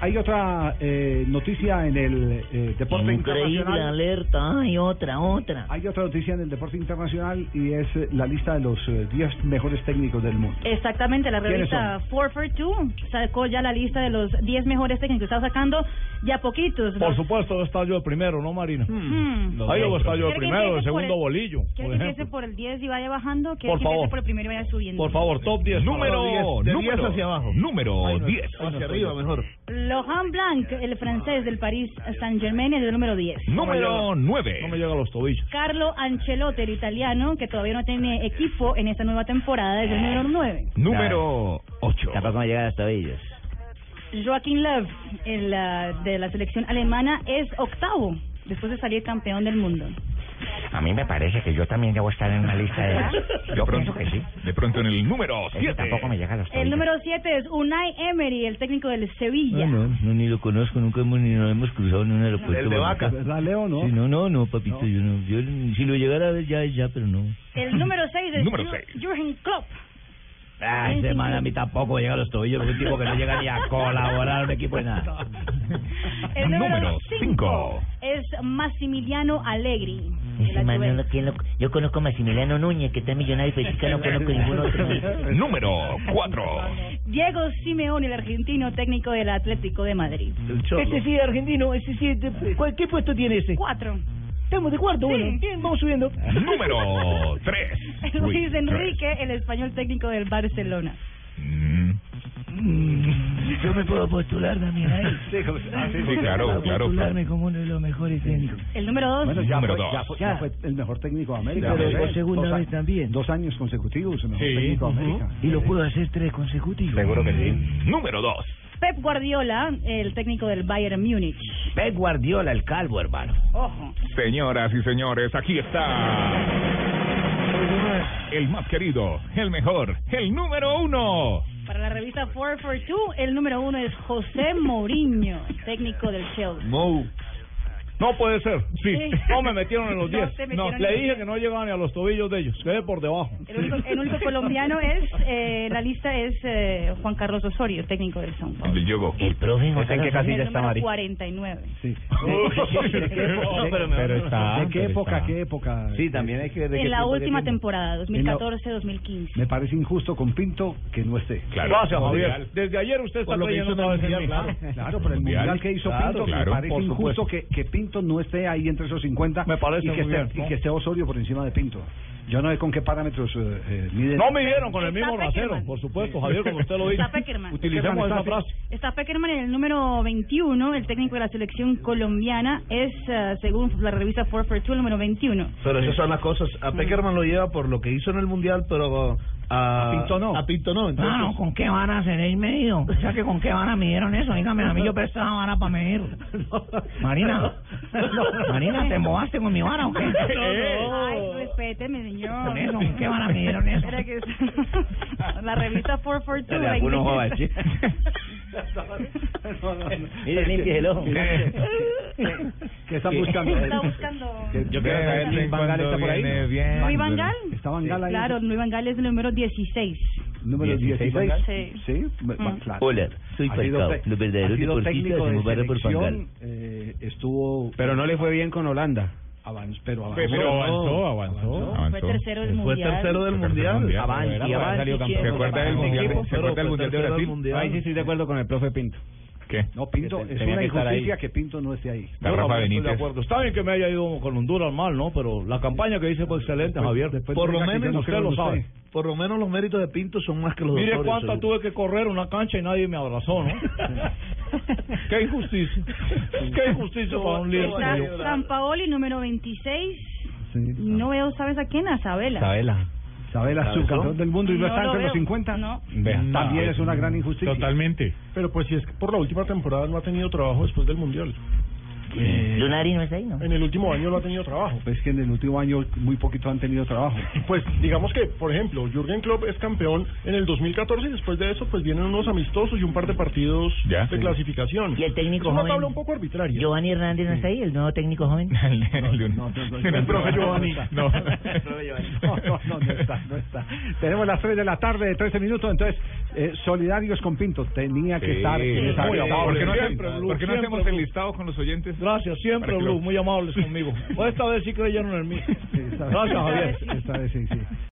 Hay otra eh, noticia en el eh, deporte Increíble internacional. alerta, hay otra, otra. Hay otra noticia en el deporte internacional y es eh, la lista de los eh, 10 mejores técnicos del mundo. Exactamente, la ¿Quiénes revista 442 sacó ya la lista de los 10 mejores técnicos. Está sacando ya poquitos. Por Los- supuesto, no está yo el primero, ¿no, Marina? Hmm. Ahí yo está yo el ¿Quiere que primero, empiece el por segundo el- bolillo, ¿Quiere por que empiece ejemplo. por el 10 y vaya bajando? ¿Quiere Por que empiece favor. por el primero y vaya subiendo? Por favor, top 10. Número, De 10 número, hacia abajo. número Ay, no, 10. hacia arriba mejor. Laurent Blanc, el francés del París Saint-Germain, es el número 10. Número No me 9. llega a los tobillos. Carlo Ancelotti, el italiano, que todavía no tiene equipo en esta nueva temporada, es el número 9. Número 8. Tampoco me llegan hasta ellos. Joaquín Löw, el, ah, de la selección alemana, es octavo, después de salir campeón del mundo. A mí me parece que yo también debo estar en una lista de De pronto, de pronto en el número 7. llegan hasta El número 7 es Unai Emery, el técnico del Sevilla. No, no, ni lo conozco, nunca hemos, ni nos hemos cruzado en un aeropuerto. El de vaca. Pues, ¿Verdad, Leo? No. Sí, no, no, no, papito, yo no. Yo, si lo llegara a ver ya, ya, pero no. El número 6 es Número Ju- seis. Jürgen Klopp. Ay, ese man a mí tampoco llega a los tobillos, un tipo que no llega ni a colaborar a un equipo de nada. El número Número 5 cinco. es Massimiliano Allegri. de la Ese man, no, Juventus. no, ¿quién lo- yo conozco a Maximiliano Núñez, que está en millonario, pero chica, no conozco ningún otro. Número 4. Diego Simeone, el argentino técnico del Atlético de Madrid. Ese sí, argentino, ese sí, de- ¿cuál- ¿qué puesto tiene ese? 4. Estamos de cuarto, Sí. bueno, bien, vamos subiendo. Número 3. Luis Enrique, el español técnico del Barcelona. Mm. Mm, Yo me puedo postular también ahí. Sí, como- ah, sí, Sí, sí. claro, claro. claro. como uno de los mejores técnicos. El número 2 Bueno, ya Número fue, dos. ya fue- ya fue el mejor técnico de América. Ya, Dos pero por años- segunda dos a- vez también. Dos años consecutivos, el mejor Sí. técnico de América. puedo hacer tres consecutivos. que sí. Número 2. Pep Guardiola, el técnico del Bayern Múnich. Pep Guardiola, el calvo, hermano. Ojo. Señoras y señores, aquí está. El más querido, el mejor, el número 1. Para la revista 442, el número uno es José Mourinho, técnico del Chelsea. No puede ser. Sí. Sí. No me metieron en los No 10. te No, metieron en le los dije 10. que no llegaban ni a los tobillos de ellos. Quedé por debajo. El único, el único colombiano es, eh, la lista es eh, Juan Carlos Osorio, técnico del San Paulo. El yogo. El profe José Este, Alonso El número 49. Sí. ¿De, de qué época, No, pero Ah, ¿de qué época? qué época? también hay que ver En la última temporada, En la- 2014-2015. Me parece injusto con Pinto que no esté. Claro. Gracias, Javier. Desde ayer usted está Por lo que creyendo hizo en otra el vez en mí. mundial, claro, claro, por el mundial, que hizo claro, Pinto, claro, me parece por injusto supuesto. que, que Pinto no esté ahí entre esos 50 Me parece y, que muy esté, bien, y ¿no? que esté Osorio por encima de Pinto. Yo no sé con qué parámetros eh, eh, miden. No midieron con el Está mismo rasero, Peckerman. por supuesto, Javier, como usted lo dijo. Está Peckerman. Utilicemos esa frase. Está Peckerman en el número 21, el técnico de la selección colombiana es, eh, según la revista 442, el número 21. Pero esas son las cosas. A Peckerman lo lleva por lo que hizo en el Mundial, pero a, A Pinto no. Ah, A Pinto no. Entonces, Ah, no, ¿con qué van a hacer el medido? O sea, que ¿con qué van a midieron eso? Dígame, a mí yo prestaba vara para medir. Marina, Marina, ¿te embobaste con mi vara o qué? Eh, Ay, respéteme, señor. Con eso, ¿con qué van a medir con eso? Era que- La revista 442. Dale, alguno veinte- joda, sí. Mire, limpie el ojo. ¿Qué están buscando? Está buscando. Yo creo que Luis Van Gaal está por ahí. ¿no? Luis Van Gaal. Está Van Gaal ahí. Claro, Luis Van Gaal es el número 16. Número 16. Van Sí. Sí, va- va- Mm. claro. Hola, soy Ha sido Falcao. te- Los ha verdaderos sido deportistas técnico se de moverán por Fangal. selección, eh, estuvo pero no le fue bien con Holanda. avanz, pero avanzó. Pero avanzó, avanzó. Fue tercero del Ah, Fue mundial. tercero del Mundial. Avanti, ¿Se acuerda del mundial, de- ¿se acuerda del mundial de Brasil? Ahí sí estoy de acuerdo con el profe Pinto. ¿Qué? No, Pinto, es tenía una que estar ahí. injusticia que Pinto no esté ahí. Está Yo Rafa también estoy de Benítez. acuerdo. Está bien que me haya ido con Honduras mal, ¿no? Pero la campaña que hice fue excelente, Javier. después Por lo diga que yo menos no usted creo en lo usted. sabe. Por lo menos los méritos de Pinto son más que los de Mire Osorio, cuánta seguro. tuve que correr una cancha y nadie me abrazó, ¿no? Qué injusticia. Qué injusticia para un líder como yo. Está San Paoli, número 26. Sí. Ah. No veo, ¿sabes a quién? A Sabela. Isabela. Isabela, ¿Cabezón? subcampeón del mundo y no No está lo entre los veo. 50. No. Vea. También es una gran injusticia. Totalmente. Pero pues si es que por la última temporada no ha tenido trabajo después del Mundial. Lunari no es ahí, ¿no? En el último año no ha tenido trabajo. Es que en el último año muy poquito han tenido trabajo. Pues digamos que, por ejemplo, Jürgen Klopp es campeón en el 2014 y después de eso pues vienen unos amistosos y un par de partidos Ya. de Sí. clasificación. Y el técnico es una joven- tabla un poco arbitraria. Giovanni Hernández no está ahí, el nuevo técnico joven. No, El profe Giovanni. No. No, no, no, no está, no está. Tenemos las 3 de la tarde, 13 minutos, entonces, eh, solidarios con Pinto, tenía que Sí. estar en esa Muy actividad. amable. ¿Por qué no, hacen- Siempre, Blue, por qué no siempre, hacemos el Blue. listado con los oyentes? Gracias, Para siempre, que Blue, lo- muy amables conmigo. Esta vez sí creyeron en mí. Sí, esta vez- Gracias, Javier. Esta vez sí, sí.